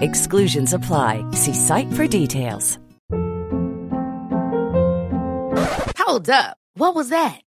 Exclusions apply. See site for details. Hold up. What was that?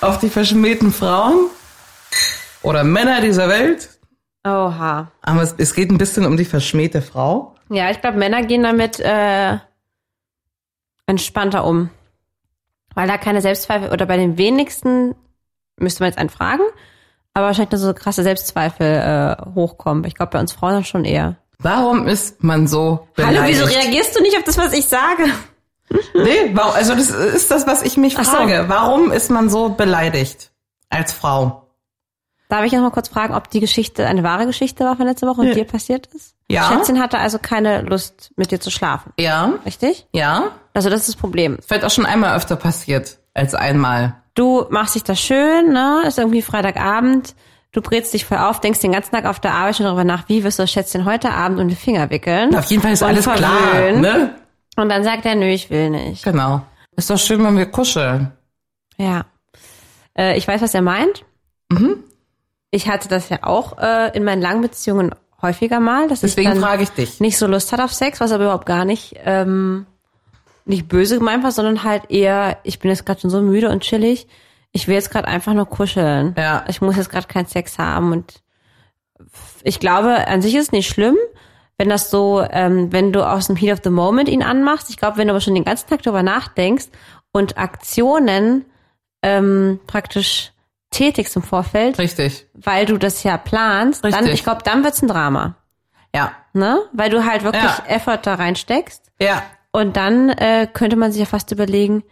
Auf die verschmähten Frauen oder Männer dieser Welt. Oha. Aber es, es geht ein bisschen um die verschmähte Frau. Ja, ich glaube, Männer gehen damit äh, entspannter um. Weil da keine Selbstzweifel, oder bei den wenigsten müsste man jetzt einen fragen, aber wahrscheinlich nur so krasse Selbstzweifel äh, hochkommen. Ich glaube, bei uns Frauen schon eher. Warum ist man so beleidigt? Hallo, wieso reagierst du nicht auf das, was ich sage? Nee, warum, also das ist das, was ich mich Ach so. frage. Warum ist man so beleidigt als Frau? Darf ich noch mal kurz fragen, ob die Geschichte eine wahre Geschichte war von letzter Woche und dir passiert ist? Ja. Schätzchen hatte also keine Lust, mit dir zu schlafen, Ja, richtig? ja. Also das ist das Problem. Vielleicht auch schon einmal öfter passiert als einmal. du machst dich das schön, ne? Ist irgendwie Freitagabend. Du brätst dich voll auf, denkst den ganzen Tag auf der Arbeit schon darüber nach, wie wirst du das Schätzchen heute Abend um die Finger wickeln? Auf jeden Fall ist und alles klar, verwöhnen. ne? Und dann sagt er, nö, ich will nicht. Genau. Ist doch schön, wenn wir kuscheln. Ja. Äh, ich weiß, was er meint. Mhm. Ich hatte das ja auch äh, in meinen langen Beziehungen häufiger mal, dass Deswegen ich dann frage ich dich. nicht so Lust hat auf Sex, was aber überhaupt gar nicht ähm, nicht böse gemeint war, sondern halt eher, ich bin jetzt gerade schon so müde und chillig, ich will jetzt gerade einfach nur kuscheln. Ja. Ich muss jetzt gerade keinen Sex haben und ich glaube, an sich ist es nicht schlimm, wenn das so, ähm, wenn du aus dem Heat of the Moment ihn anmachst. Ich glaube, wenn du aber schon den ganzen Tag drüber nachdenkst und Aktionen ähm, praktisch tätigst im Vorfeld, Richtig. weil du das ja planst, dann, Richtig. ich glaube, dann wird's ein Drama Ja. ne? Weil du halt wirklich Ja. Effort da reinsteckst. Ja. Und dann äh, könnte man sich ja fast überlegen,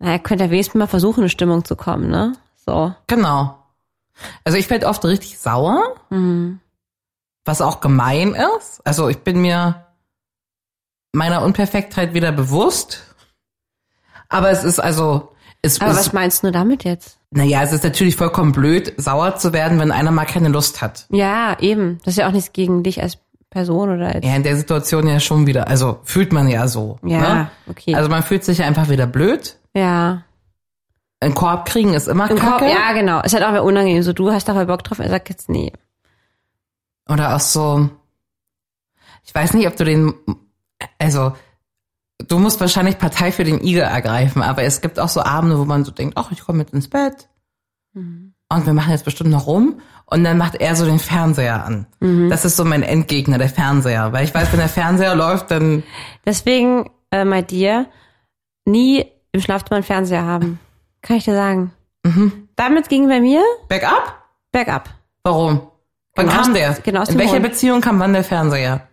naja, könnte er wenigstens mal versuchen, in Stimmung zu kommen, ne? So. Genau. Also ich werde oft richtig sauer, Mhm. was auch gemein ist. Also ich bin mir meiner Unperfektheit wieder bewusst. Aber es ist also, es Aber was ist, meinst du damit jetzt? naja, es ist natürlich vollkommen blöd, sauer zu werden, wenn einer mal keine Lust hat. Ja, eben. Das ist ja auch nichts gegen dich als Person oder als. Ja, in der Situation ja schon wieder. Also fühlt man ja so. Ja, ne? okay. Also man fühlt sich einfach wieder blöd. Ja. Ein Korb kriegen ist immer Im Kopf, kacke. ja, genau. Ist halt auch mehr unangenehm. So, du hast da voll Bock drauf, er sagt jetzt nee. Oder auch so, ich weiß nicht, ob du den, also du musst wahrscheinlich Partei Mhm. für den Igel ergreifen, aber es gibt auch so Abende, wo man so denkt, ach, ich komme mit ins Bett. und wir machen jetzt bestimmt noch rum. Und dann macht er so den Fernseher an. Mhm. Das ist so mein Endgegner, der Fernseher. Weil ich weiß, wenn der Fernseher läuft, dann Deswegen, äh, my dear, nie im Schlafzimmer einen Fernseher haben. Kann ich dir sagen. Mhm. Damit ging bei mir bergab? bergab. Warum? Wann Genau kam aus- der? genau aus In dem welcher Hohen. Beziehung kam wann der Fernseher?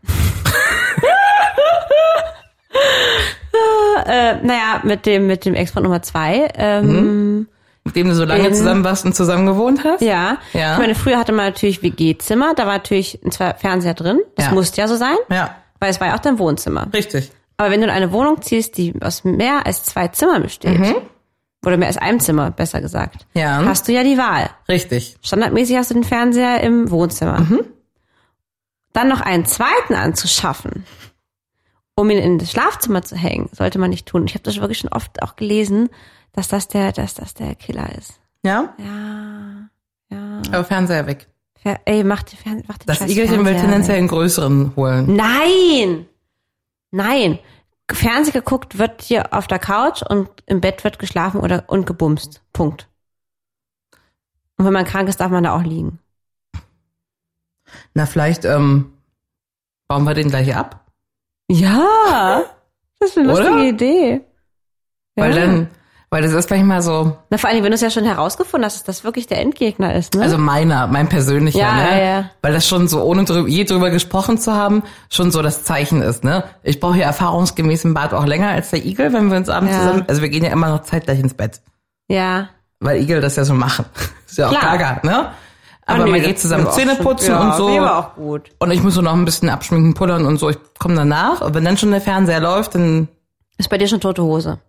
Äh, naja, mit dem, mit dem Ex-Freund Nummer zwei. Mhm. Ähm, Mit dem du so lange In- zusammen warst und zusammen gewohnt hast? Ja. Ja. Ich meine, früher hatte man natürlich WG-Zimmer, da war natürlich ein Zwei- Fernseher drin. Das Ja. musste ja so sein, Ja, weil es war ja auch dein Wohnzimmer. richtig. Aber wenn du in eine Wohnung ziehst, die aus mehr als zwei Zimmern besteht, oder mehr als einem Zimmer, besser gesagt, Mhm. Ja. hast du ja die Wahl. Richtig. Standardmäßig hast du den Fernseher im Wohnzimmer. Mhm. Dann noch einen zweiten anzuschaffen, um ihn in das Schlafzimmer zu hängen, sollte man nicht tun. Ich habe das wirklich schon oft auch gelesen, dass das der, dass das der Killer ist. Ja? Ja, ja. Aber Fernseher weg. Fer Ey, mach den, Fern mach den Das scheiß Igelchen will Fernseher tendenziell weg. Hm. einen größeren holen. Nein! Nein! Fernseh geguckt wird hier auf der Couch und im Bett wird geschlafen oder und gebumst. Punkt. Und wenn man krank ist, darf man da auch liegen. Na, vielleicht ähm, bauen wir den gleich ab. Ja, das ist eine Oder? lustige Idee. Ja. Hm? Weil dann, weil das ist gleich mal so, Na, vor allem, wenn du es ja schon herausgefunden hast, dass das wirklich der Endgegner ist, ne? also meiner, mein persönlicher, Ja, ne? ja, ja. Weil das schon so, ohne drü je drüber gesprochen zu haben, schon so das Zeichen ist, ne? Ich brauche ja erfahrungsgemäß im Bad auch länger als der Igel, wenn wir uns abends Ja. zusammen, also wir gehen ja immer noch zeitgleich ins Bett. ja. Weil Igel das ja so machen. ist ja auch Klar. gaga, ne? Aber Ah, nee, man das geht zusammen wäre auch Zähne schon- putzen ja, und so. wäre auch gut. Und ich muss so noch ein bisschen abschminken, pullern und so. Ich komme danach. Und wenn dann schon der Fernseher läuft, dann Ist bei dir schon tote Hose.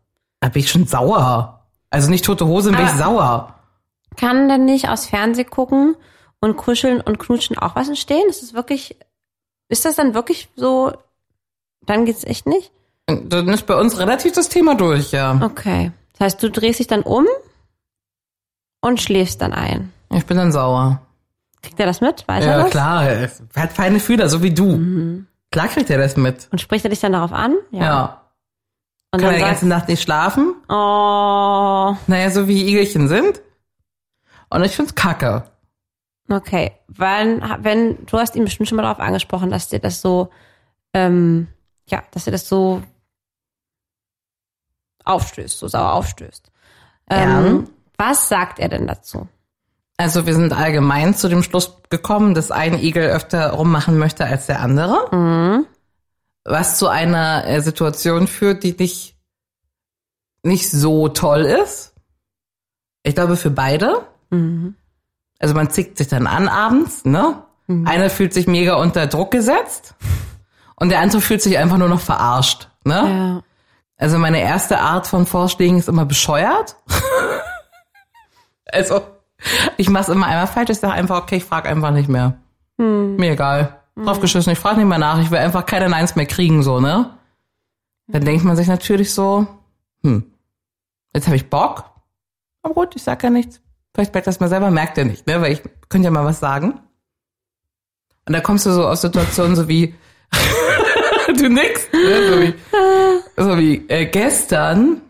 da bin ich schon sauer. Also nicht tote Hose, bin ich Aber- sauer. Kann denn nicht aus Fernseh gucken und kuscheln und knutschen auch was entstehen? Ist das wirklich, ist das dann wirklich so, dann geht's echt nicht? Und Dann ist bei uns relativ das Thema durch, ja. Okay. Das heißt, du drehst dich dann um und schläfst dann ein. Ich bin dann sauer. Kriegt er das mit? Weiß er Ja, das? klar. Er hat feine Fühler, so wie du. Mhm. Klar kriegt er das mit. Und spricht er dich dann darauf an? Ja. Und Kann er dann die ganze sagst Nacht nicht schlafen? oh, Naja, so wie Igelchen sind. Und ich find's kacke. okay. Wann, wenn, du hast ihn bestimmt schon mal darauf angesprochen, dass dir das so, ähm, ja, dass dir das so aufstößt, so sauer aufstößt. Ähm, Was sagt er denn dazu? Also wir sind allgemein zu dem Schluss gekommen, dass ein Igel öfter rummachen möchte als der andere, was zu einer äh, Situation führt, die nicht, nicht so toll ist. Ich glaube für beide. Also man zickt sich dann an abends, ne? Einer fühlt sich mega unter Druck gesetzt und der andere fühlt sich einfach nur noch verarscht, ne? Ja. Also meine erste Art von Vorschlägen ist immer bescheuert. also ich mache es immer einmal falsch. Ich sage einfach, okay, ich frage einfach nicht mehr. Mir egal. Mhm. Draufgeschissen, ich frage nicht mehr nach. Ich will einfach keine Neins mehr kriegen, so, ne? Mhm. Dann denkt man sich natürlich so, hm, jetzt habe ich Bock. Aber gut, ich sag ja nichts. Vielleicht merkt das mal selber, merkt er nicht, ne? Weil ich könnte ja mal was sagen. Und da kommst du so aus Situationen so wie, du nix, ne? so wie, so wie äh, gestern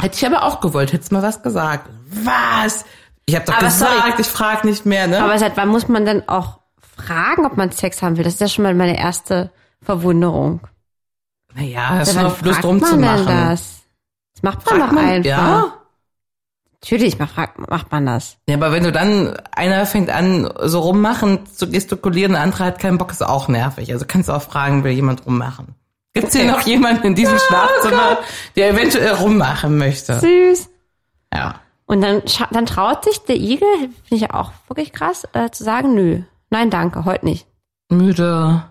hätte ich aber auch gewollt, hättest mal was gesagt. Was? Ich habe doch Aber sorry. gesagt, ich frage nicht mehr, ne? Aber seit wann muss man dann auch fragen, ob man Sex haben will? Das ist ja schon mal meine erste Verwunderung. naja, hast du Seit wann noch Lust fragt man denn rumzumachen? das? Das macht man Fragt doch man- einfach. ja. Natürlich man fragt, macht man das. Ja, aber wenn du dann, einer fängt an, so rummachen, zu gestikulieren, der andere hat keinen Bock, ist auch nervig. Also kannst du auch fragen, will jemand rummachen? Gibt's hier noch jemanden in diesem Schlafzimmer, der eventuell rummachen möchte? Süß. Ja. Und dann, scha- dann traut sich der Igel, finde ich ja auch wirklich krass, äh, zu sagen, nö, nein, danke, heute nicht. Müde.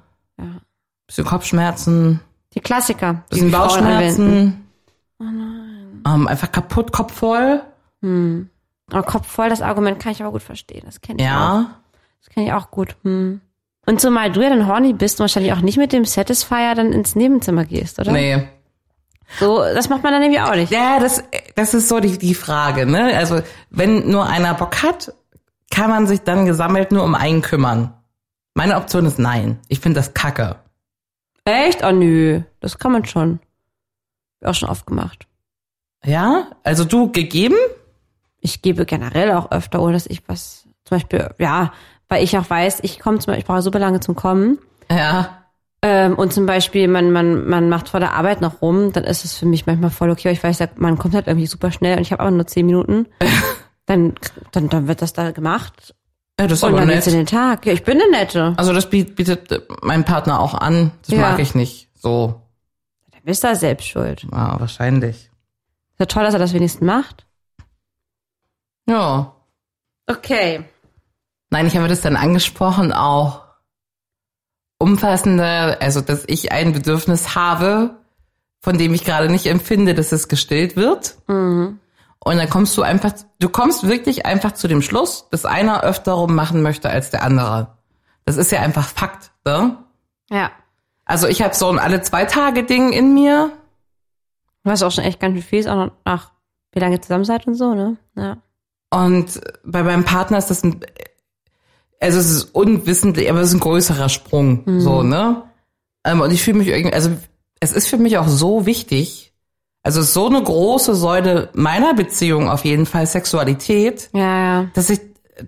Bisschen Kopfschmerzen. Die Klassiker. die bisschen Frauen anwenden. Oh Bauchschmerzen. Ähm, einfach kaputt, Kopf voll. Aber Oh, Kopf voll, das Argument kann ich aber gut verstehen. Das kenne ich auch. Ja. Das kenne ich auch gut. Hm. Und zumal du ja dann horny bist und wahrscheinlich auch nicht mit dem Satisfier dann ins Nebenzimmer gehst, oder? Nee. So, das macht man dann nämlich auch nicht. Ja, das, das ist so die, die Frage, ne? Also, wenn nur einer Bock hat, kann man sich dann gesammelt nur um einen kümmern. Meine Option ist nein. Ich finde das kacke. Echt? Oh nö. Das kann man schon. Hab ich Auch schon oft gemacht. Ja? Also du gegeben? ich gebe generell auch öfter, ohne dass ich was, zum Beispiel, ja, weil ich auch weiß, ich komme zum Beispiel, ich brauche super lange zum Kommen. Ja. Ähm, und zum Beispiel, man, man, man macht vor der Arbeit noch rum, dann ist es für mich manchmal voll okay, weil ich weiß, da- man kommt halt irgendwie super schnell und ich habe aber nur zehn Minuten. Dann, dann, dann wird das da gemacht. ja das ist Und aber dann geht's in nett. den Tag. Ja, ich bin eine Nette. Also das biet- bietet äh, mein Partner auch an. Das Ja. mag ich nicht. So. Dann bist du selbst schuld. Ja, wahrscheinlich. Ist ja toll, dass er das wenigstens macht. Ja. Okay. Nein, ich habe das dann angesprochen auch umfassender, also dass ich ein Bedürfnis habe, von dem ich gerade nicht empfinde, dass es gestillt wird. Und dann kommst du einfach, du kommst wirklich einfach zu dem Schluss, dass einer öfter rummachen möchte als der andere. Das ist ja einfach Fakt, ne? Ja. Also ich habe so ein alle zwei Tage Ding in mir. Was auch schon echt ganz schön viel ist, auch noch nach wie lange ihr zusammen seid und so, ne? Ja. Und bei meinem Partner ist das ein, also es ist unwissentlich, aber es ist ein größerer Sprung, so, ne? Ähm, und ich fühle mich irgendwie, also es ist für mich auch so wichtig, also es ist so eine große Säule meiner Beziehung auf jeden Fall Sexualität, Ja, ja. dass ich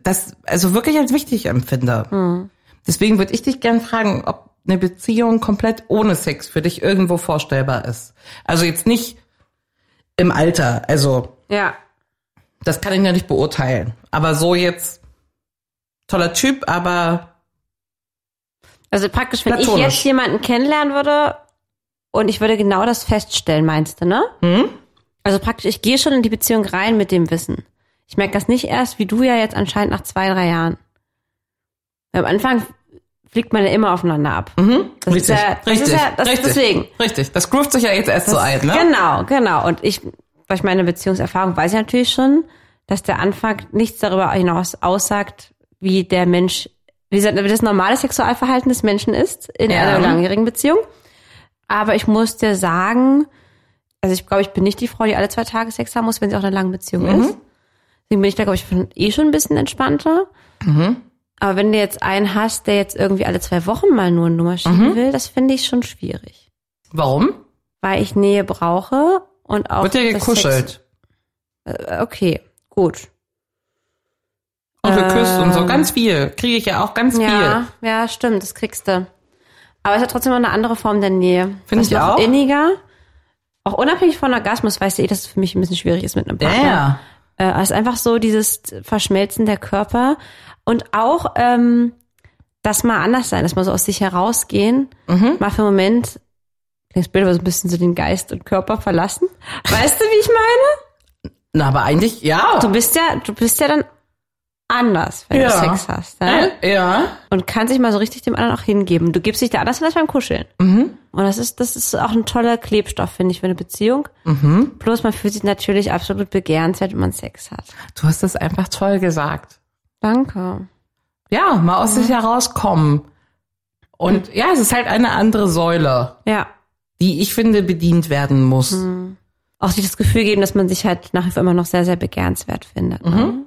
das also wirklich als wichtig empfinde. Deswegen würde ich dich gern fragen, ob eine Beziehung komplett ohne Sex für dich irgendwo vorstellbar ist. Also jetzt nicht im Alter, also Ja. das kann ich ja nicht beurteilen. Aber so jetzt, toller Typ, aber Also praktisch, wenn ich Platonisch. jetzt jemanden kennenlernen würde und ich würde genau das feststellen, meinst du, ne? Mhm. Hm? Also praktisch, ich gehe schon in die Beziehung rein mit dem Wissen. Ich merke das nicht erst, wie du ja jetzt anscheinend nach zwei, drei Jahren. Am Anfang fliegt man ja immer aufeinander ab. Mhm. Das richtig, ist ja, das richtig, ist ja, das richtig, deswegen. richtig. Das groovt sich ja jetzt erst so ein, ne? Genau, genau. Und ich, durch meine Beziehungserfahrung weiß ich natürlich schon, dass der Anfang nichts darüber hinaus aussagt, wie der Mensch, wie se- wie das normale Sexualverhalten des Menschen ist in Ja. einer langjährigen Beziehung. Aber ich muss dir sagen, also ich glaube, ich bin nicht die Frau, die alle zwei Tage Sex haben muss, wenn sie auch in einer langen Beziehung Mhm. ist. Deswegen bin ich da, glaube ich, von- eh schon ein bisschen entspannter. Mhm. Aber wenn du jetzt einen hast, der jetzt irgendwie alle zwei Wochen mal nur eine Nummer schieben Mhm. will, das finde ich schon schwierig Warum? weil ich Nähe brauche und auch. Wird ja das gekuschelt Sex, okay, gut. und geküsst und so ganz viel. Kriege ich ja auch ganz Ähm. Ja, viel. ja, stimmt, das kriegst du. Aber es ist ja trotzdem noch eine andere Form der Nähe. Find Das ich ist noch auch. Inniger. Auch unabhängig von Orgasmus weißt du eh, dass es für mich ein bisschen schwierig ist mit einem Partner. ja. Äh, es ist einfach so dieses Verschmelzen der Körper und auch ähm, das mal anders sein, dass man so aus sich herausgehen, Mhm. mal für einen Moment, klingt blöd, aber so ein bisschen so den Geist und Körper verlassen. Weißt du, wie ich meine? Na, aber eigentlich ja. Du bist ja, du bist ja dann anders, wenn Ja. du Sex hast. Ne? Äh, ja. Und kannst dich mal so richtig dem anderen auch hingeben. Du gibst dich da anders hin als beim Kuscheln. Mhm. Und das ist, das ist auch ein toller Klebstoff, finde ich, für eine Beziehung. Mhm. Bloß man fühlt sich natürlich absolut begehrenswert, wenn man Sex hat. Du hast das einfach toll gesagt. Danke. Ja, mal aus sich herauskommen. Und Hm. ja, es ist halt eine andere Säule, Ja. die ich finde bedient werden muss. Hm. Auch sich das Gefühl geben, dass man sich halt nach wie vor immer noch sehr, sehr begehrenswert findet. Mhm.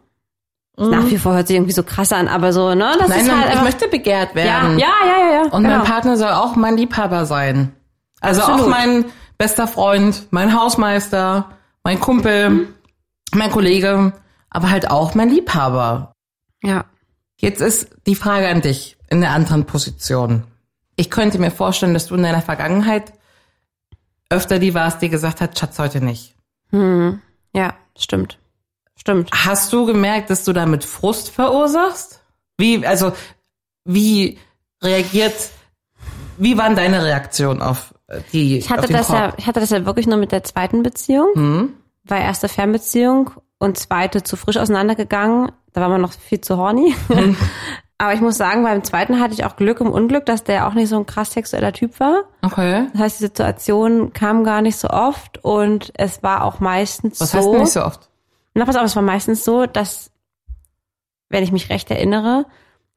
Ne? Nach wie vor hört sich irgendwie so krass an, aber so, ne? Das Nein, ist halt ich einfach- möchte begehrt ja, werden. ja, ja, ja, ja. Und genau. mein Partner soll auch mein Liebhaber sein. Also auch Absolut. mein bester Freund, mein Hausmeister, mein Kumpel, Mhm. mein Kollege, aber halt auch mein Liebhaber. Ja. Jetzt ist die Frage an dich in der anderen Position. Ich könnte mir vorstellen, dass du in deiner Vergangenheit öfter die warst, die gesagt hat, Schatz, heute nicht. Ja, stimmt. Stimmt. Hast du gemerkt, dass du damit Frust verursachst? Wie, also, wie reagiert, wie waren deine Reaktionen auf äh, die? Ich hatte, auf den das ja, Korb? Hm? ich hatte das ja wirklich nur mit der zweiten Beziehung, weil erste Fernbeziehung und zweite zu frisch auseinandergegangen. Da war man noch viel zu horny. Hm. Aber ich muss sagen, beim zweiten hatte ich auch Glück im Unglück, dass der auch nicht so ein krass sexueller Typ war. Okay. Das heißt, die Situation kam gar nicht so oft und es war auch meistens Was so. heißt denn nicht so oft? Na, pass auf, es war meistens so, dass, wenn ich mich recht erinnere,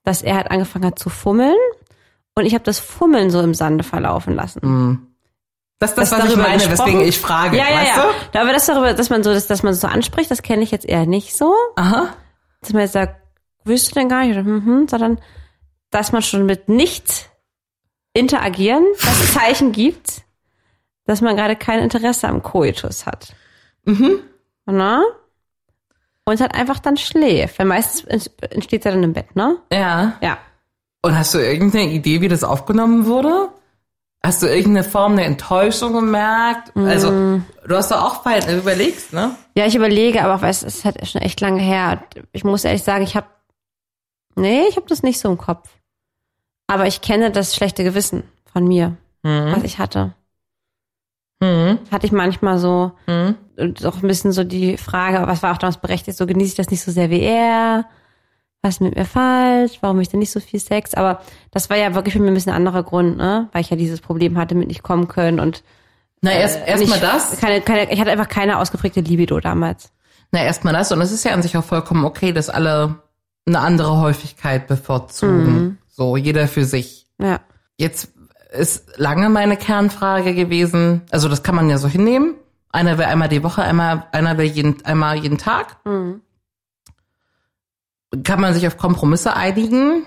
dass er halt angefangen hat zu fummeln und ich habe das Fummeln so im Sande verlaufen lassen. Das ist das, dass was ich darüber meine, gesprochen- weswegen ich frage. Ja, ja, weißt ja. Da- Aber das darüber, dass man so, dass, dass man so anspricht, das kenne ich jetzt eher nicht so. du? Aha. Dass man jetzt sagt, willst du denn gar nicht, oder, hm, hm, sondern dass man schon mit nicht interagieren, das Zeichen gibt, dass man gerade kein Interesse am Koitus hat. Mhm. Na? Ne? und halt einfach dann schläft. Weil meistens ent- entsteht sie dann im Bett, ne? Ja. Ja. Und hast du irgendeine Idee, wie das aufgenommen wurde? Hast du irgendeine Form der Enttäuschung gemerkt? Also, Mm. du hast doch auch Verhalten, du überlegst, ne? Ja, ich überlege, aber weiß, es ist halt schon echt lange her. Ich muss ehrlich sagen, ich habe Nee, ich habe das nicht so im Kopf. Aber ich kenne das schlechte Gewissen von mir, Mhm. was ich hatte. Hatte ich manchmal so Mhm. und auch ein bisschen so die Frage, was war auch damals berechtigt, so genieße ich das nicht so sehr wie er? Was ist mit mir falsch? Warum habe ich denn nicht so viel Sex? Aber das war ja wirklich für mich ein bisschen ein anderer Grund, ne? Weil ich ja dieses Problem hatte mit nicht kommen können und Na, erst, erst mal Äh, nicht, das. Keine, keine, ich hatte einfach keine ausgeprägte Libido damals. Na, erstmal das. Und es ist ja an sich auch vollkommen okay, dass alle eine andere Häufigkeit bevorzugen. So, jeder für sich. Ja. Jetzt ist lange meine Kernfrage gewesen. Also, das kann man ja so hinnehmen. Einer will einmal die Woche, einmal, einer will jeden, einmal jeden Tag. Kann man sich auf Kompromisse einigen.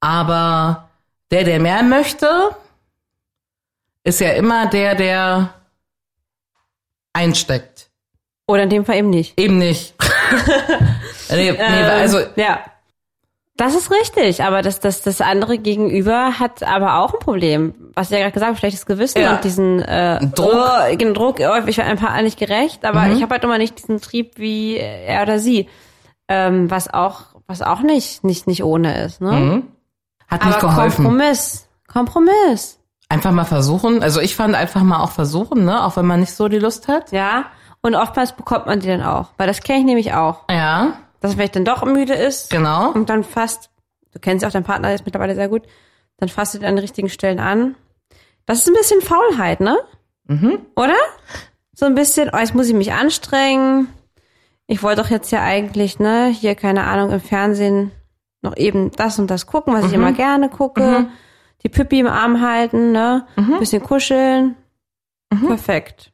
Aber der, der mehr möchte, ist ja immer der, der einsteckt. Oder in dem Fall eben nicht. Ähm, Eben nicht. nee, nee, also Ja. Das ist richtig, aber das, das, das andere Gegenüber hat aber auch ein Problem. Was ich ja gerade gesagt habe, schlechtes Gewissen Ja. und diesen äh, Druck. Mhm. Oh, den Druck, oh, ich war ein paar nicht gerecht, aber ich habe halt immer nicht diesen Trieb wie er oder sie. Ähm, was auch, was auch nicht, nicht, nicht ohne ist. Ne? hat aber Mhm. nicht geholfen. Kompromiss. Kompromiss. Einfach mal versuchen. Also ich fand einfach mal auch versuchen, ne? Auch wenn man nicht so die Lust hat. Ja. Und oftmals bekommt man die dann auch. Weil das kenne ich nämlich auch. Ja, Dass man vielleicht dann doch müde ist. genau. und dann fasst, du kennst ja auch deinen Partner jetzt mittlerweile sehr gut, dann fasst du ihn an den richtigen Stellen an. Das ist ein bisschen Faulheit, ne? Mhm. Oder? So ein bisschen, oh, jetzt muss ich mich anstrengen. Ich wollte doch jetzt ja eigentlich, ne, hier, keine Ahnung, im Fernsehen noch eben das und das gucken, was ich immer gerne gucke. Die Pippi im Arm halten, ne? Bisschen kuscheln. Perfekt.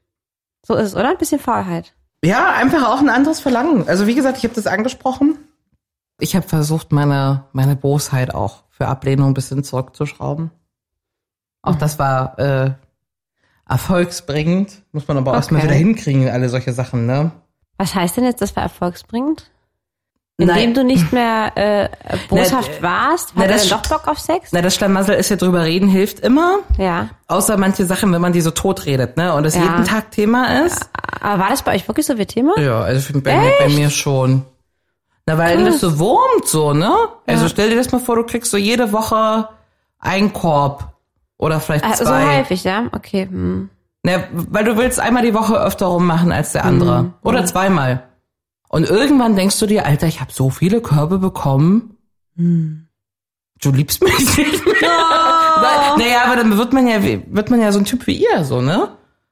So ist es, oder? Ein bisschen Faulheit. Ja, einfach auch ein anderes Verlangen. Also wie gesagt, ich habe das angesprochen. Ich habe versucht, meine, meine Bosheit auch für Ablehnung ein bisschen zurückzuschrauben. Auch das war äh, erfolgsbringend. Muss man aber auch erstmal Okay. wieder hinkriegen, alle solche Sachen, ne? Was heißt denn jetzt, das war erfolgsbringend? Indem Nein. du nicht mehr äh, boshaft äh, warst, na, hat er das dann doch st- Bock auf Sex? Na, das Schlamassel ist ja drüber reden, hilft immer. ja. Außer manche Sachen, wenn man die so tot redet, ne? Und das Ja. jeden Tag Thema ist. Aber war das bei euch wirklich so wie Thema? Ja, also für- bei, mir, bei mir schon. Na, weil das so wurmt so, ne? Also stell dir das mal vor, du kriegst so jede Woche einen Korb. Oder vielleicht Ah, zwei. so häufig, ja? Okay. Hm. Ne, weil du willst einmal die Woche öfter rummachen als der andere. Oder zweimal. Und irgendwann denkst du dir, Alter, ich habe so viele Körbe bekommen. Du liebst mich nicht mehr. Weil- Naja, aber dann wird man ja wie- wird man ja so ein Typ wie ihr, so, ne?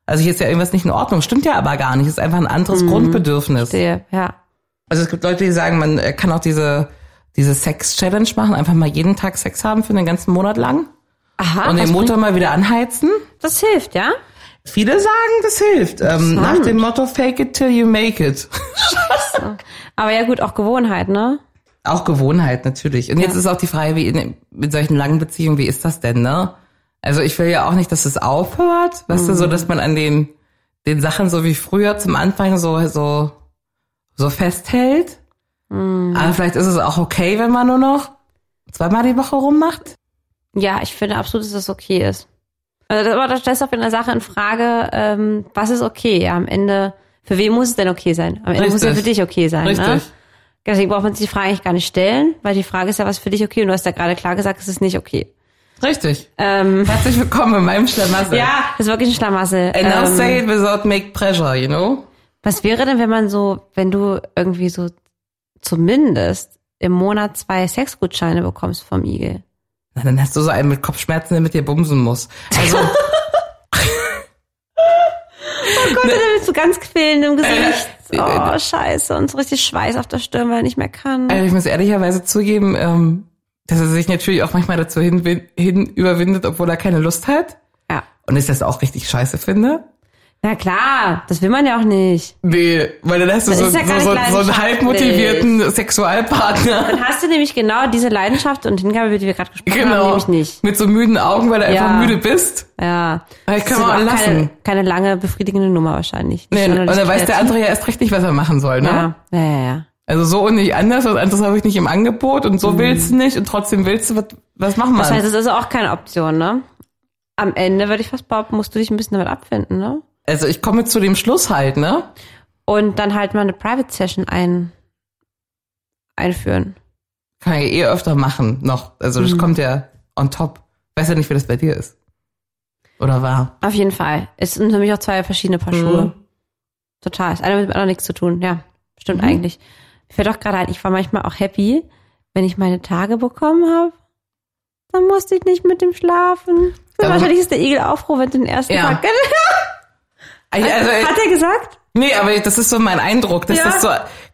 Also hier ist ja irgendwas nicht in Ordnung. Stimmt ja aber gar nicht. Ist einfach ein anderes Grundbedürfnis. Sehe, ja. Also es gibt Leute, die sagen, man äh, kann auch diese, diese Sex-Challenge machen, einfach mal jeden Tag Sex haben für den ganzen Monat lang Aha, und das, den Motor mal wieder anheizen. das hilft, ja? Viele sagen, das hilft. Ähm, nach dem Motto Fake it till you make it. Aber ja gut, auch Gewohnheit, ne? auch Gewohnheit natürlich. Und jetzt ist auch die Frage, wie in, mit solchen langen Beziehungen, wie ist das denn, ne? Also ich will ja auch nicht, dass es aufhört, weißt du, so Mhm. dass man an den, den Sachen so wie früher zum Anfang so, so, so festhält. Mhm. Aber vielleicht ist es auch okay, wenn man nur noch zweimal die Woche rummacht. Ja, ich finde absolut, dass das okay ist. Also das, aber das stellt auch in der Sache in Frage, ähm, was ist okay? Ja, am Ende, für wen muss es denn okay sein? Am Ende muss es ja für Richtig. dich okay sein, ne? Richtig. Deswegen braucht man sich die Frage eigentlich gar nicht stellen, weil die Frage ist ja, was für dich okay? Und du hast ja gerade klar gesagt, es ist nicht okay. Richtig. Ähm, Herzlich willkommen in meinem Schlamassel. ja, das ist wirklich ein Schlamassel. And now Ähm, say it without make pressure, you know? was wäre denn, wenn man so, wenn du irgendwie so zumindest im Monat zwei Sexgutscheine bekommst vom Igel? Na, dann hast du so einen mit Kopfschmerzen, der mit dir bumsen muss. Also, Gott, ne. mit so ganz quälendem Äh, Gesicht. Oh, scheiße. Und so richtig Schweiß auf der Stirn, weil er nicht mehr kann. also ich muss ehrlicherweise zugeben, ähm, dass er sich natürlich auch manchmal dazu hin, hin überwindet, obwohl er keine Lust hat. Ja. Und ich das auch richtig scheiße finde. Na klar, das will man ja auch nicht. Nee, weil dann hast du Das so, ist ja gar so, so, nicht so einen leidenschaftlich. halb motivierten Sexualpartner. Dann hast du nämlich genau diese Leidenschaft und Hingabe, über die wir gerade gesprochen haben, Genau. nämlich nicht. Mit so müden Augen, weil du Ja. einfach müde bist. Ja. Aber ich Das Äh, kann ist man aber auch lassen. Keine, keine lange befriedigende Nummer wahrscheinlich. Nee, und Sonderlich dann weiß der andere ja erst recht nicht, was er machen soll, ne? kreativ. Ja, ja, ja. ja. Also so und nicht anders, was anderes habe ich nicht im Angebot und so willst du nicht und trotzdem willst du, was, was machen wir? Mhm. Das heißt, es ist auch keine Option, ne? Am Ende würde ich fast behaupten, musst du dich ein bisschen damit abfinden, ne? also ich komme zu dem Schluss halt, ne? Und dann halt mal eine Private Session ein, einführen. Kann ich eh öfter machen noch. Also das kommt ja on top. Weiß ja nicht, wie das bei dir ist. Oder war? Auf jeden Fall. Es sind für mich auch zwei verschiedene Paar Mhm. Schuhe. Total. Das eine hat mit dem anderen nichts zu tun. Ja, Mhm. stimmt eigentlich. Mir fällt auch gerade ein, ich war manchmal auch happy, wenn ich meine Tage bekommen habe. Dann musste ich nicht mit dem schlafen. Und Aber- wahrscheinlich ist der Igel auch froh, wenn es den ersten Also Ja. Tag. Also, Hat er gesagt? nee, aber das ist so mein Eindruck. Das Ja. ist so,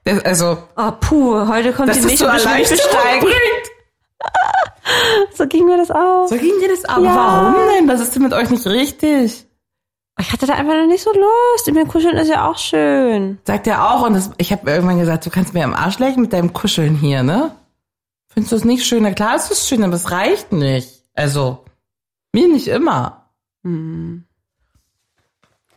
das, also, Oh, puh, heute kommt das die ist nicht so so erleichterung besteigen. bringt. So ging mir das auch. So ging dir das auch. Ja. Warum denn? Was ist denn mit euch nicht richtig? Ich hatte da einfach noch nicht so Lust. Mit dem Kuscheln ist ja auch schön. Sagt er auch und das, ich habe irgendwann gesagt, du kannst mir am Arsch lecken mit deinem Kuscheln hier, ne? Findest du es nicht schön? Na klar, es ist schön, aber es reicht nicht. Also, mir nicht immer. Ist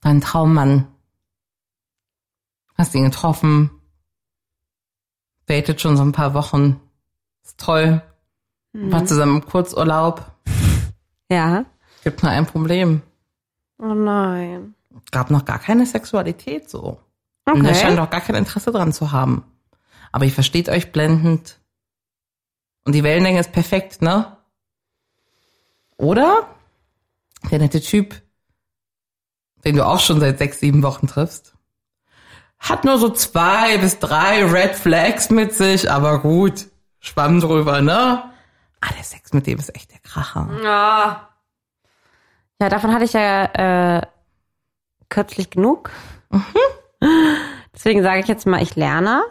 deinen Traummann, hast ihn getroffen, datet schon so ein paar Wochen, ist toll, war zusammen im Kurzurlaub, Ja. gibt nur ein Problem. Oh nein. gab noch gar keine Sexualität so. Und er scheint Okay. auch gar kein Interesse dran zu haben. Aber ihr versteht euch blendend. Und die Wellenlänge ist perfekt, ne? Oder? Der nette Typ, den du auch schon seit sechs, sieben Wochen triffst, hat nur so zwei bis drei Red Flags mit sich, aber gut, schwamm drüber, ne? Ah, der Sex mit dem ist echt der Kracher. Ja. Ja, davon hatte ich ja äh, kürzlich genug. Mhm. Deswegen sage ich jetzt mal, ich lerne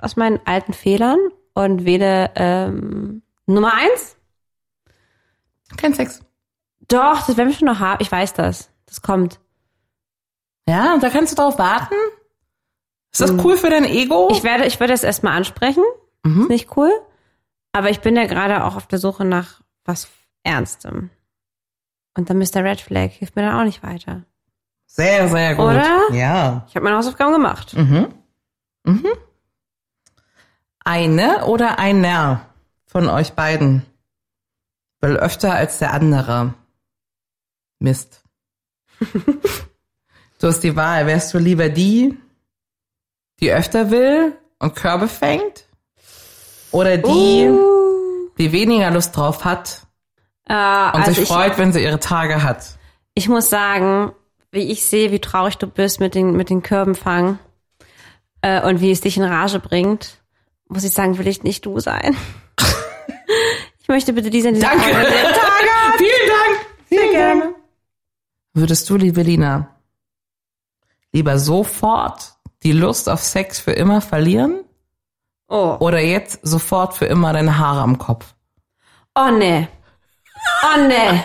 aus meinen alten Fehlern und wähle ähm, Nummer eins. Kein Sex. Doch, das werden wir schon noch haben. Ich weiß das. Das kommt. Ja, da kannst du drauf warten. Ist das cool für dein Ego? Hm. Ich werde, ich werde es erstmal ansprechen. Mhm. Ist nicht cool. Aber ich bin ja gerade auch auf der Suche nach was Ernstem. Und dann Mr. Red Flag hilft mir dann auch nicht weiter. sehr, sehr gut. Oder? Ja. Ich habe meine Hausaufgaben gemacht. Mhm. Eine oder einer von euch beiden will öfter als der andere. Mist. du hast die Wahl. Wärst du lieber die, die öfter will und Körbe fängt? Oder die, die weniger Lust drauf hat Äh, und also sich ich, freut, wenn sie ihre Tage hat? ich muss sagen, wie ich sehe, wie traurig du bist mit den, mit den Körbenfang äh, und wie es dich in Rage bringt, muss ich sagen, will ich nicht du sein. ich möchte bitte die sein, die Danke. Vielen Dank. Sehr gerne. Würdest du, liebe Lina, lieber sofort die Lust auf Sex für immer verlieren Oh. oder jetzt sofort für immer deine Haare am Kopf? Oh nee. Oh nee.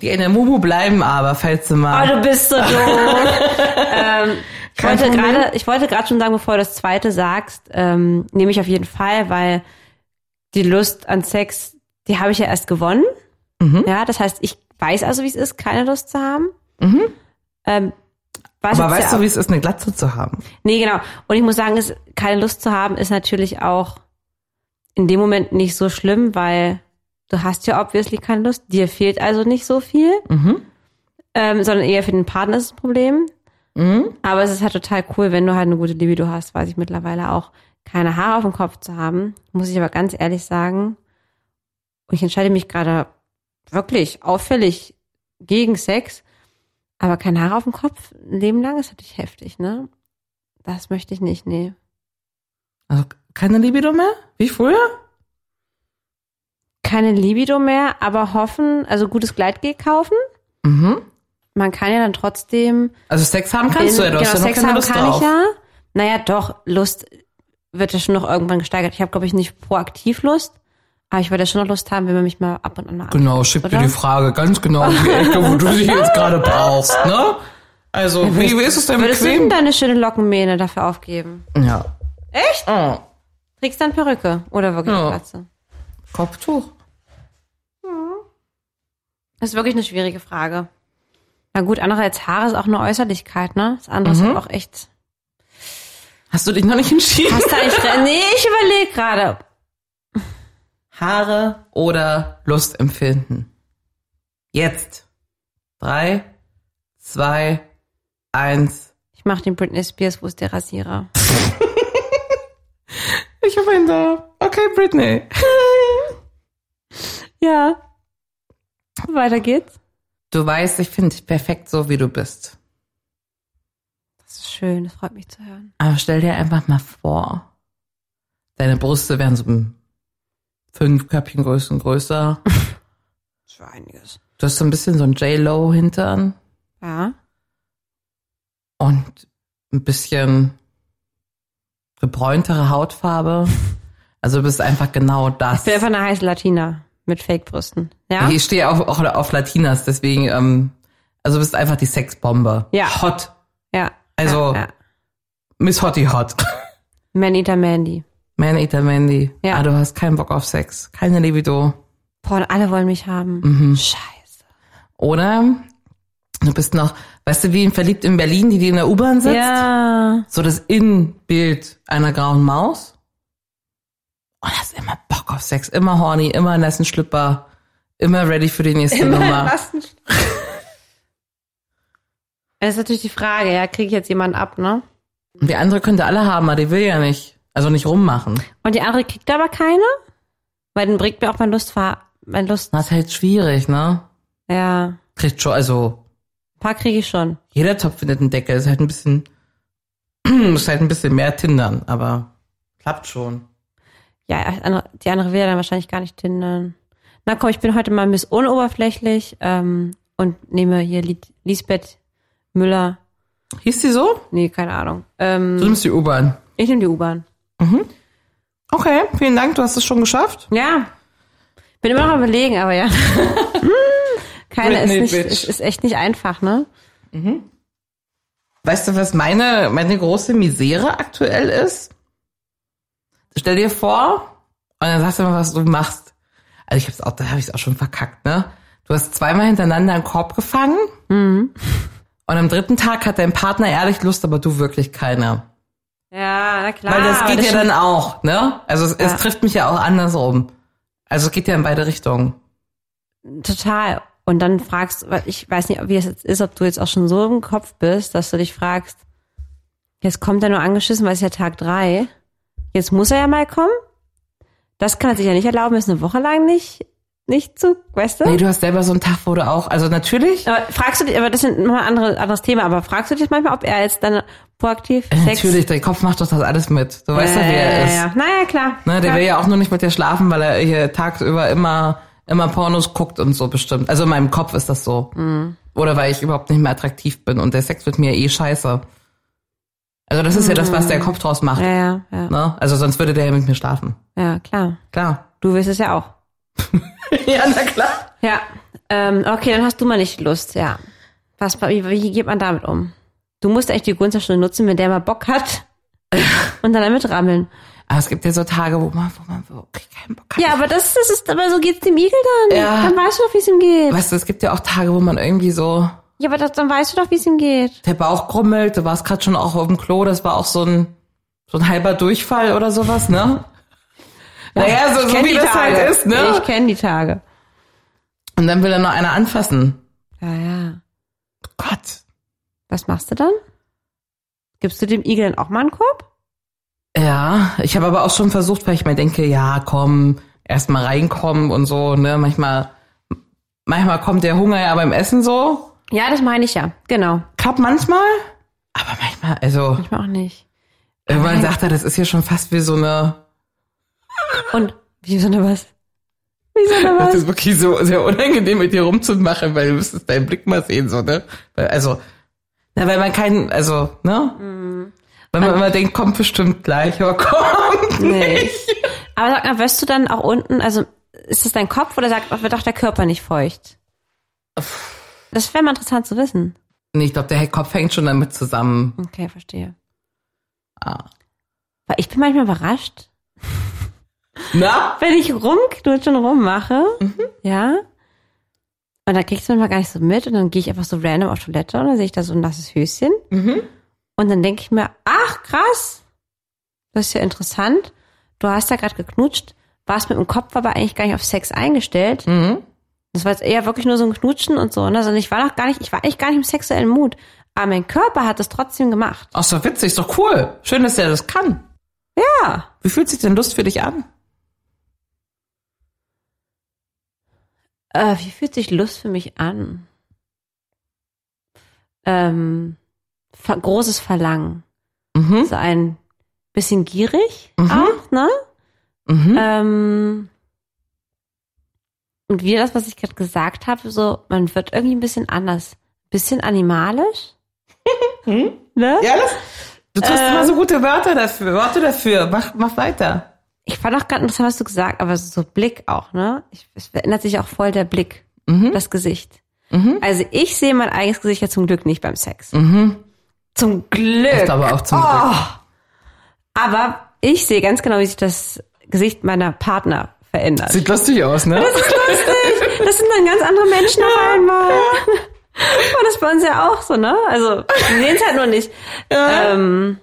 Die in der Mumu bleiben aber, falls du Oh, mal. du bist so doof. ähm, ich Kein wollte Problem. gerade, ich wollte gerade schon sagen, bevor du das zweite sagst, ähm, nehme ich auf jeden Fall, weil die Lust an Sex, die habe ich ja erst gewonnen. Mhm. Ja, das heißt, ich weiß also, wie es ist, keine Lust zu haben. Ähm, Was jetzt Mhm. Aber weißt ja du, wie es ist, eine Glatze zu haben? Nee, genau. Und ich muss sagen, es, keine Lust zu haben, ist natürlich auch in dem Moment nicht so schlimm, weil du hast ja obviously keine Lust. Dir fehlt also nicht so viel, ähm, sondern eher für den Partner ist das Problem. Aber es ist halt total cool, wenn du halt eine gute Libido hast, weiß ich mittlerweile auch, keine Haare auf dem Kopf zu haben. Muss ich aber ganz ehrlich sagen, ich entscheide mich gerade wirklich auffällig gegen Sex, aber keine Haare auf dem Kopf, ein Leben lang ist natürlich heftig, ne? Das möchte ich nicht, nee. Also keine Libido mehr? Wie früher? Keine Libido mehr, aber hoffen, also gutes Gleitgel kaufen. Man kann ja dann trotzdem Also Sex haben Mhm. kannst du ja, du hast ja noch Genau, Sex keine haben Lust kann drauf. ich ja. Naja, doch, Lust wird ja schon noch irgendwann gesteigert. Ich habe, glaube ich, nicht proaktiv Lust, aber ich würde ja schon noch Lust haben, wenn man mich mal ab und an mal Genau, schick Oder? dir die Frage ganz genau in die Ecke, wo du dich jetzt gerade brauchst, ne? Also, wie, wie ist es denn Würdest du denn bequem? deine schöne Lockenmähne dafür aufgeben? Ja. Echt? Oh, Trägst dann Perücke oder wirklich Ja. Glatze? Kopftuch. Das ist wirklich eine schwierige Frage. Na gut, andererseits Haare ist auch eine Äußerlichkeit, ne? Das andere Mhm. ist auch echt Hast du dich noch nicht entschieden? Hast du eigentlich. Nee, ich überlege gerade. Haare oder Lustempfinden? Jetzt. Drei, zwei, eins. Ich mache den Britney Spears, wo ist der Rasierer? Ich hab einen da. Okay, Britney. Ja. Weiter geht's. Du weißt, ich finde dich perfekt so, wie du bist. Das ist schön, das freut mich zu hören. Aber stell dir einfach mal vor, deine Brüste wären so um fünf Köpfchen größer und größer. Das war einiges. Du hast so ein bisschen so ein J-Lo-Hintern Ja. und ein bisschen gebräuntere Hautfarbe. Also du bist einfach genau Ich das. bin einfach eine heiße Latina mit Fake-Brüsten. Ja? Ich stehe auch, auch auf Latinas, deswegen, ähm, also du bist einfach die Sexbombe. Ja. Hot. Ja. Also- Ja. ja. Miss Hottie Hot. Man Eater Mandy. Man Eater Mandy. Ja. Ah, du hast keinen Bock auf Sex. Keine Libido. Boah, und alle wollen mich haben. Scheiße. Oder du bist noch, weißt du, wie verliebt in Berlin, die, die in der U-Bahn sitzt? Ja. So das Innenbild einer grauen Maus. Und hast immer Bock auf Sex, immer horny, immer einen nassen Schlüpper, immer ready für die nächste Nummer. Das ist natürlich die Frage, ja, kriege ich jetzt jemanden ab, ne? Und die andere könnte alle haben, aber die will ja nicht. Also nicht rummachen. Und die andere kriegt aber keine? Weil dann bringt mir auch mein Lustfahr, mein Lust. Das ist halt schwierig, ne? Ja. Ein Kriegt schon, also paar kriege ich schon. jeder Topf findet einen Deckel. Ist halt ein bisschen, muss halt ein bisschen mehr tindern, aber klappt schon. Ja, andere- die andere will ja dann wahrscheinlich gar nicht tindern. Na komm, ich bin heute mal ein bisschen unoberflächlich ähm, und nehme hier Li Lisbeth Müller. Hieß die so? Nee, keine Ahnung. Du Ähm, nimmst die U-Bahn. ich nehme die U-Bahn. Okay, vielen Dank, du hast es schon geschafft. Ja. Bin immer noch am überlegen, aber ja. Hm, keine ist Britney, nicht, bitch. ist, ist echt nicht einfach, ne? Weißt du, was meine, meine große Misere aktuell ist? Stell dir vor, und dann sagst du mal, was du machst. Also ich hab's auch, da habe ich es auch schon verkackt, ne? Du hast zweimal hintereinander einen Korb gefangen. Mhm. Und am dritten Tag hat dein Partner ehrlich Lust, aber du wirklich keine. Ja, na klar. Weil Ah, das aber geht ja stimmt. dann auch, ne? Also es, es trifft mich ja auch andersrum. Also es geht ja in beide Richtungen. Total. Und dann fragst, weil ich weiß nicht, wie es jetzt ist, ob du jetzt auch schon so im Kopf bist, dass du dich fragst, jetzt kommt er nur angeschissen, weil es ist ja Tag drei. Jetzt muss er ja mal kommen. Das kann er sich ja nicht erlauben, ist eine Woche lang nicht, nicht zu, weißt du? Nee, du hast selber so einen Tag, wo du auch, also natürlich, aber fragst du dich, aber das ist nochmal ein andere, anderes Thema, aber fragst du dich manchmal, ob er jetzt dann proaktiv Sex... Äh, natürlich, dein Kopf macht doch das alles mit. Du weißt ja, wie er ja, ist. ja. Naja, klar. Ne, der klar. will ja auch nur nicht mit dir schlafen, weil er hier tagsüber immer, immer Pornos guckt und so bestimmt. Also in meinem Kopf ist das so. Oder weil ich überhaupt nicht mehr attraktiv bin und der Sex mit mir eh scheiße. Also das ist ja das, was der Kopf draus macht. Ja, ja, ja, Ne? Also sonst würde der ja mit mir schlafen. ja, klar. Klar. Du willst es ja auch. ja, na klar. Ja, ähm, okay, dann hast du mal nicht Lust, ja. Was, wie, wie geht man damit um? Du musst echt die Gunst der Stunde nutzen, wenn der mal Bock hat. Und dann damit rammeln. Aber es gibt ja so Tage, wo man, wo man wirklich keinen Bock hat. Ja, aber das, das ist, aber so geht's dem Igel dann. Ja. Dann weißt du doch, wie es ihm geht. Weißt du, es gibt ja auch Tage, wo man irgendwie so, Ja, aber das, dann weißt du doch, wie es ihm geht. Der Bauch grummelt, du warst gerade schon auch auf dem Klo, das war auch so ein, so ein halber Durchfall oder sowas, ne? Naja, so, Ich so kenn wie die das Tage. halt ist, ne? Ich kenne die Tage. Und dann will er noch einer anfassen. Ja, ja. Gott. Was machst du dann? Gibst du dem Igel dann auch mal einen Korb? Ja, ich habe aber auch schon versucht, weil ich mir denke, ja, komm, erst mal reinkommen und so, ne? Manchmal, manchmal kommt der Hunger ja beim Essen so. Ja, das meine ich ja. Genau. Klappt manchmal, aber manchmal, also Ich auch nicht. irgendwann sagt er, das ist ja schon fast wie so eine, Und wie so eine was? Wie so eine das was? ist wirklich so sehr unangenehm mit dir rumzumachen, weil du müsstest deinen Blick mal sehen, so, ne? Weil, also, na, weil man keinen, also, ne? Weil man immer denkt, kommt bestimmt gleich, aber kommt Nicht. Aber sag mal, wirst du dann auch unten, also ist das dein Kopf oder sagt, wird auch der Körper nicht feucht? Das wäre mal interessant zu wissen. Nee, ich glaube, der Kopf hängt schon damit zusammen. Okay, verstehe. Ah. Weil ich bin manchmal überrascht, Na? wenn ich rumknutsche und rummache, ja. Und dann kriegst du manchmal gar nicht so mit und dann gehe ich einfach so random auf Toilette und dann sehe ich da so ein nasses Höschen. Und dann denke ich mir, ach krass, das ist ja interessant. Du hast da gerade geknutscht, warst mit dem Kopf aber eigentlich gar nicht auf Sex eingestellt. Das war jetzt eher wirklich nur so ein Knutschen und so. Ne? Also ich war noch gar nicht, ich war eigentlich gar nicht im sexuellen Mut. Aber mein Körper hat es trotzdem gemacht. Ach, ist doch witzig, ist doch cool. Schön, dass der das kann. Ja. Wie fühlt sich denn Lust für dich an? Äh, wie fühlt sich Lust für mich an? Ähm, ver großes Verlangen. Mhm. So ein bisschen gierig auch, ne? Mhm. Ähm, und wieder das, was ich gerade gesagt habe, so, man wird irgendwie ein bisschen anders. bisschen animalisch. Hm? ne? Ja, das, du tust immer so gute Wörter dafür. Worte dafür. Mach, mach weiter. Ich fand auch gerade interessant, was du gesagt aber so Blick auch, ne? Ich, es verändert sich auch voll der Blick, das Gesicht. Also ich sehe mein eigenes Gesicht ja zum Glück nicht beim Sex. Zum Glück. Ich glaube auch zum Glück. Aber ich sehe ganz genau, wie sich das Gesicht meiner Partner verändert. Sieht lustig aus, ne? Das sind dann ganz andere Menschen auf einmal. Und das ist bei uns ja auch so, ne? Also, wir sehen es halt nur nicht. Ähm,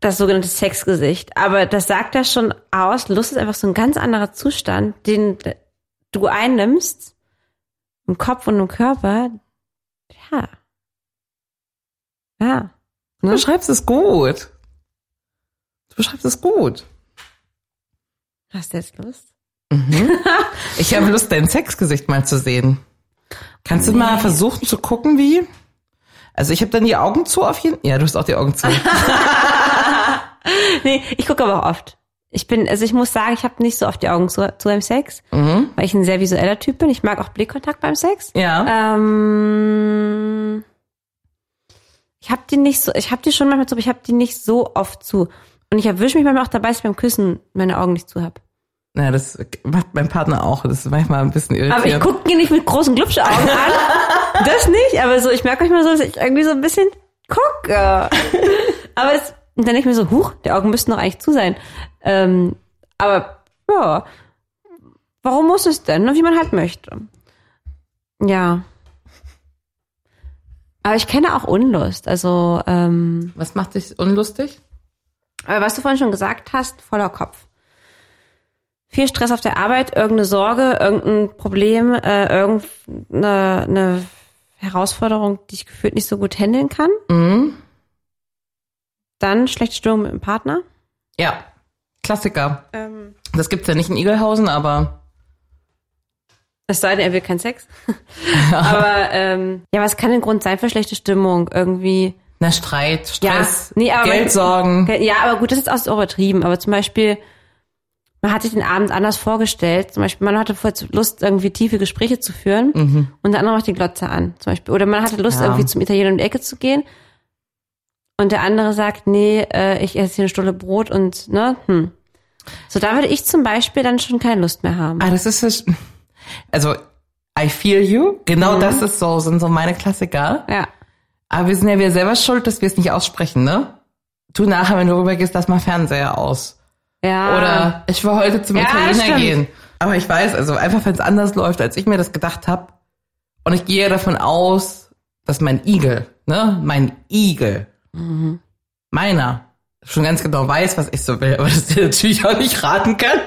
das sogenannte Sexgesicht. Aber das sagt ja schon aus, Lust ist einfach so ein ganz anderer Zustand, den du einnimmst, im Kopf und im Körper. Ja. Ja. Du beschreibst es gut. Du beschreibst es gut. Hast du jetzt Lust? Ich habe Lust, dein Sexgesicht mal zu sehen. Kannst du mal versuchen zu gucken, wie? Also ich habe dann die Augen zu auf jeden Ja, du hast auch die Augen zu. Nee, ich gucke aber auch oft. Ich bin, also ich muss sagen, ich habe nicht so oft die Augen zu, zu beim Sex, weil ich ein sehr visueller Typ bin. Ich mag auch Blickkontakt beim Sex. ja. Ähm, ich habe die nicht so, ich habe die schon manchmal zu, aber ich habe die nicht so oft zu. Und ich erwische mich manchmal auch dabei, dass ich beim Küssen meine Augen nicht zu habe. Na, das macht mein Partner auch. Das ist manchmal ein bisschen irritierend. Aber ich gucke ihn nicht mit großen Glubschaugen an. Das nicht, aber so, ich merke manchmal so, dass ich irgendwie so ein bisschen gucke. Aber es, und dann denke ich mir so, huch, die Augen müssten doch eigentlich zu sein. Ähm, aber, ja. Warum muss es denn? Na, Wie man halt möchte. Ja. Aber ich kenne auch Unlust. Also, ähm, Was macht dich unlustig? aber was du vorhin schon gesagt hast, voller Kopf. Viel Stress auf der Arbeit, irgendeine Sorge, irgendein Problem, äh, irgendeine eine Herausforderung, die ich gefühlt nicht so gut handeln kann. Dann schlechte Stimmung mit dem Partner. Ja, Klassiker. Das gibt's ja nicht in Igelhausen, aber Es sei denn, er will keinen Sex. aber ähm, ja, was kann ein Grund sein für schlechte Stimmung? Irgendwie na Streit, Stress, nee, aber- Geldsorgen. Ja, aber gut, das ist jetzt auch übertrieben. Aber zum Beispiel, man hat sich den Abend anders vorgestellt. Zum Beispiel, man hatte vorher Lust, irgendwie tiefe Gespräche zu führen. Und der andere macht die Glotze an. Zum Beispiel. Oder man hatte Lust, Mhm. Ja. irgendwie zum Italiener um die Ecke zu gehen. Und der andere sagt, nee, äh, ich esse hier eine Stulle Brot und, ne, hm. So, da würde ich zum Beispiel dann schon keine Lust mehr haben. Ah, das ist das- also I feel you. Genau das ist so sind so meine Klassiker. Ja. Aber wir sind ja wieder selber schuld, dass wir es nicht aussprechen, ne? Du nachher, wenn du rübergehst, lass mal Fernseher aus. Ja. Oder ich will heute zum Ah. Ja, Italiener stimmt. gehen. Aber ich weiß, also einfach wenn es anders läuft, als ich mir das gedacht habe. Und ich gehe davon aus, Das ist mein Igel, ne? Mein Igel. Mhm. Meiner. Schon ganz genau weiß, was ich so will, aber das dir natürlich auch nicht raten kann.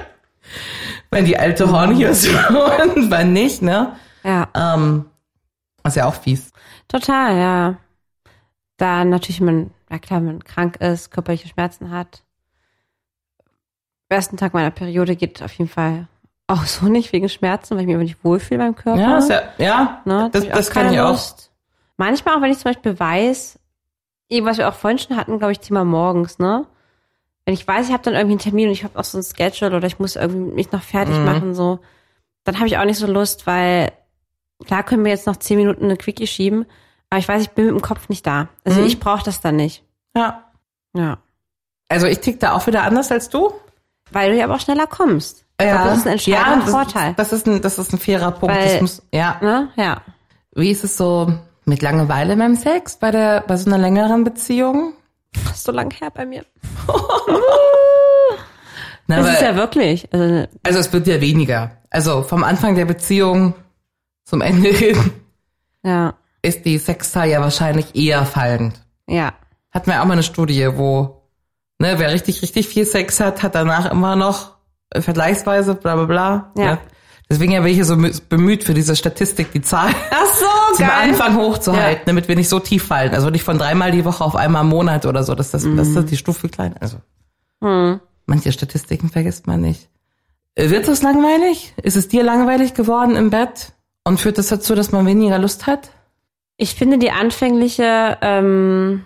Wenn die alte Horn hier ist und wann nicht, ne? Ja, Ähm, ist ja auch fies. total, ja. Da natürlich man, ja klar, man krank ist, körperliche Schmerzen hat. Am ersten Tag meiner Periode geht auf jeden Fall auch so nicht wegen Schmerzen, weil ich mich aber nicht wohlfühle beim Körper. Ja, ist ja, ja Ne, das, hab das kann keine ich auch. Lust. Manchmal auch, wenn ich zum Beispiel weiß, eben was wir auch vorhin schon hatten, glaube ich, Thema morgens, ne? Wenn ich weiß, ich habe dann irgendwie einen Termin und ich habe auch so ein Schedule oder ich muss irgendwie mich noch fertig Mhm. machen, so, dann habe ich auch nicht so Lust, weil klar können wir jetzt noch zehn Minuten eine Quickie schieben, aber ich weiß, ich bin mit dem Kopf nicht da. Also Mhm. ich brauche das dann nicht. Ja. Ja. Also ich tick da auch wieder anders als du. Weil du ja aber auch schneller kommst. Ich glaub, Das ist ein entscheidender Ja, das- Vorteil. Das ist ein, das ist ein fairer Punkt. Weil- das muss, ja. ne? Ja. Wie ist es so mit Langeweile beim Sex bei der, bei so einer längeren Beziehung? Das ist so lang her bei mir. Na, Das ist weil- ja wirklich. Also also es wird ja weniger. Also vom Anfang der Beziehung zum Ende hin ja. ist die Sexzahl ja wahrscheinlich eher fallend. Ja. Hatten wir auch mal eine Studie, wo, ne, wer richtig, richtig viel Sex hat, hat danach immer noch äh, vergleichsweise bla bla bla. ne? Ja. Deswegen ja bin ich ja so mü- bemüht für diese Statistik, die Zahl Ach so, zum Anfang hochzuhalten, Ja. damit wir nicht so tief fallen. Also nicht von dreimal die Woche auf einmal im Monat oder so, dass das, Mhm. dass das die Stufe klein. Also Hm. manche Statistiken vergisst man nicht. Äh, Wird es langweilig? Ist es dir langweilig geworden im Bett? Und führt das dazu, dass man weniger Lust hat? Ich finde die anfängliche, ähm,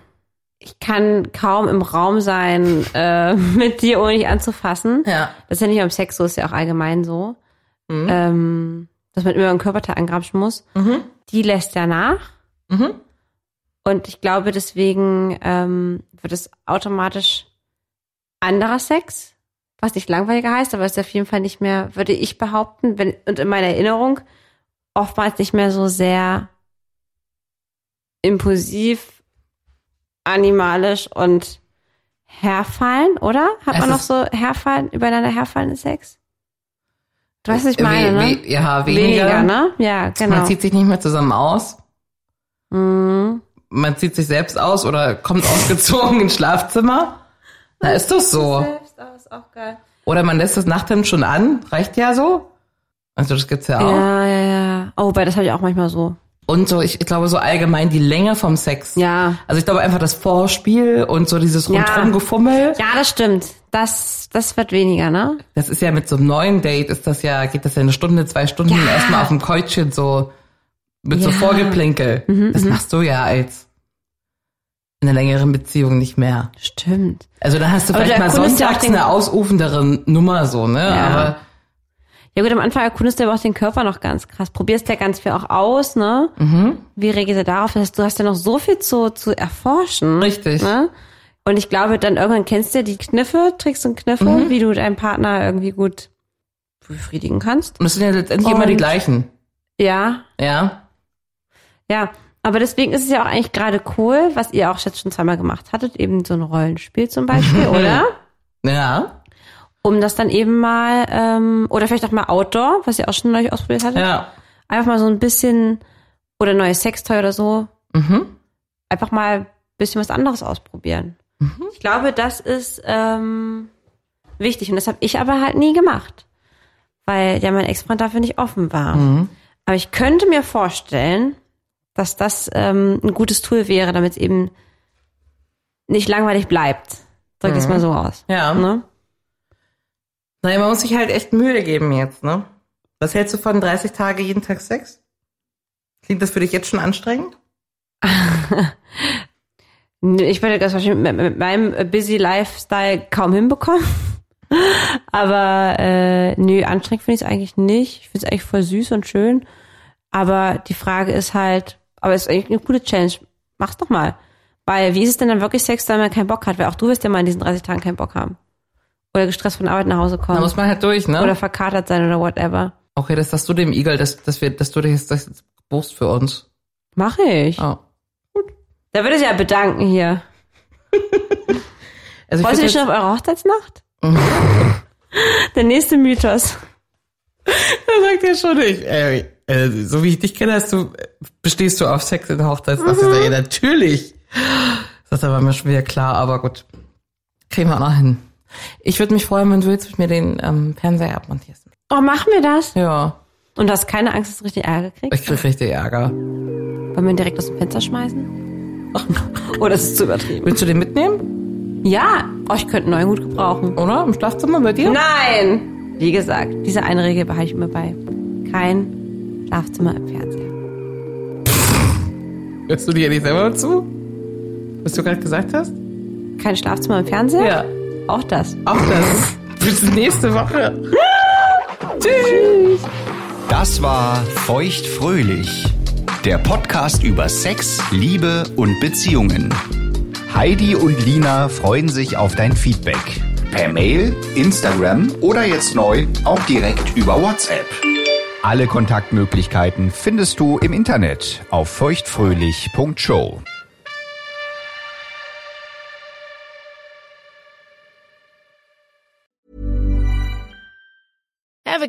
ich kann kaum im Raum sein äh, mit dir, ohne dich anzufassen. Ja. Das ist ja nicht nur im Sex so, ist ja auch allgemein so. Ähm, dass man immer einen Körperteil angrapschen muss. Mhm. Die lässt ja nach. Und ich glaube, deswegen ähm, wird es automatisch anderer Sex, was nicht langweiliger heißt, aber es ist auf jeden Fall nicht mehr, würde ich behaupten, wenn, und in meiner Erinnerung oftmals nicht mehr so sehr impulsiv, animalisch und herfallen, oder? Hat Es man noch ist- so herfallen, übereinander herfallen in Sex? Du weißt, was ich meine, Äh, We- ne? we- ja, weniger. ne? Ja, genau. Man zieht sich nicht mehr zusammen aus. Mhm. Man zieht sich selbst aus oder kommt ausgezogen ins Schlafzimmer. Na, ist das so. Selbst, aber ist auch geil. Oder man lässt das Nachthemd schon an. Reicht ja so. Also das gibt's ja auch. Ja, ja, ja. Oh, bei das habe ich auch manchmal so. Und so, ich, ich glaube, so allgemein die Länge vom Sex. Ja. Also ich glaube einfach das Vorspiel und so dieses Ja. Rundrumgefummel. Ja, das stimmt. Das, das wird weniger, ne? Das ist ja mit so einem neuen Date, ist das ja, geht das ja eine Stunde, zwei Stunden Ja. erstmal auf dem Käutchen so mit so Ja. Mhm, Vorgeplinkel. das machst du ja als in einer längeren Beziehung nicht mehr. Stimmt. Also dann hast du Aber vielleicht du mal erkundest ja auch sonntags den- eine ausufendere Nummer so, ne? Ja. Aber Ja gut, am Anfang erkundest du aber auch den Körper noch ganz krass. Probierst ja ganz viel auch aus, ne? Wie reagierst du darauf? Das heißt, du hast ja noch so viel zu, zu erforschen. richtig. Ne? Und ich glaube, dann irgendwann kennst du ja die Kniffe, Tricks und Kniffe, wie du deinen Partner irgendwie gut befriedigen kannst. Und es sind ja letztendlich immer Und- die gleichen. Ja, Ja. Ja, aber deswegen ist es ja auch eigentlich gerade cool, was ihr auch jetzt schon zweimal gemacht hattet, eben so ein Rollenspiel zum Beispiel, oder? Ja. Um das dann eben mal, ähm, oder vielleicht auch mal Outdoor, was ihr auch schon neulich ausprobiert hattet. Ja. Einfach mal so ein bisschen, oder neues Sextoy oder so. Mhm. Einfach mal ein bisschen was anderes ausprobieren. Mhm. Ich glaube, das ist ähm, wichtig. Und das habe ich aber halt nie gemacht. Weil ja mein Ex-Freund dafür nicht offen war. Mhm. Aber ich könnte mir vorstellen, dass das ähm, ein gutes Tool wäre, damit es eben nicht langweilig bleibt. Drück es mal so aus. Mhm. Ja. Ne? Naja, man muss sich halt echt Mühe geben jetzt, ne? Was hältst du von 30 Tage jeden Tag Sex? Klingt das für dich jetzt schon anstrengend? Nee, Ich würde das wahrscheinlich mit, mit meinem äh, Busy Lifestyle kaum hinbekommen. Aber äh, nö, anstrengend finde ich es eigentlich nicht. Ich finde es eigentlich voll süß und schön. Aber die Frage ist halt, aber es ist eigentlich eine coole Challenge. Mach's doch mal. Weil wie ist es denn dann wirklich Sex, wenn man keinen Bock hat? Weil auch du wirst ja mal in diesen 30 Tagen keinen Bock haben. Oder gestresst von der Arbeit nach Hause Da kommen. muss man halt durch, ne? oder verkatert sein oder whatever. okay, das sagst du dem Igel, dass, dass, wir, dass du dich das jetzt buchst für uns. Mache ich. Oh. Da würde ich ja bedanken hier. Also Freust du find dich schon auf eure Hochzeitsnacht? Der nächste Mythos. das sagt er schon nicht. Ey. Äh, so wie ich dich kenne, hast du, bestehst du auf Sex in der Hochzeit. Mhm. Ich, ja, natürlich. Das war mir schon wieder klar, aber gut. Kriegen wir auch noch hin. Ich würde mich freuen, wenn du jetzt mir den ähm, Fernseher abmontierst. Oh, machen wir das? Ja, Und du hast keine Angst, dass du richtig Ärger kriegst? ich krieg richtig Ärger. Wollen wir ihn direkt aus dem Fenster schmeißen? oh, das ist zu übertrieben. Willst du den mitnehmen? Ja, oh, ich könnte einen neuen Hut gebrauchen. Oder? Im Schlafzimmer bei dir? Nein! Wie gesagt, diese eine Regel behalte ich immer bei. Kein Schlafzimmer im Fernseher. Hörst du dir nicht selber zu? Was du gerade gesagt hast? Kein Schlafzimmer im Fernseher? Auch das. Auch das. Bis nächste Woche. Das war Feuchtfröhlich, der Podcast über Sex, Liebe und Beziehungen. Heidi und Lina freuen sich auf dein Feedback. Per Mail, Instagram oder jetzt neu auch direkt über WhatsApp. Alle Kontaktmöglichkeiten findest du im Internet auf feuchtfröhlich.show. Ever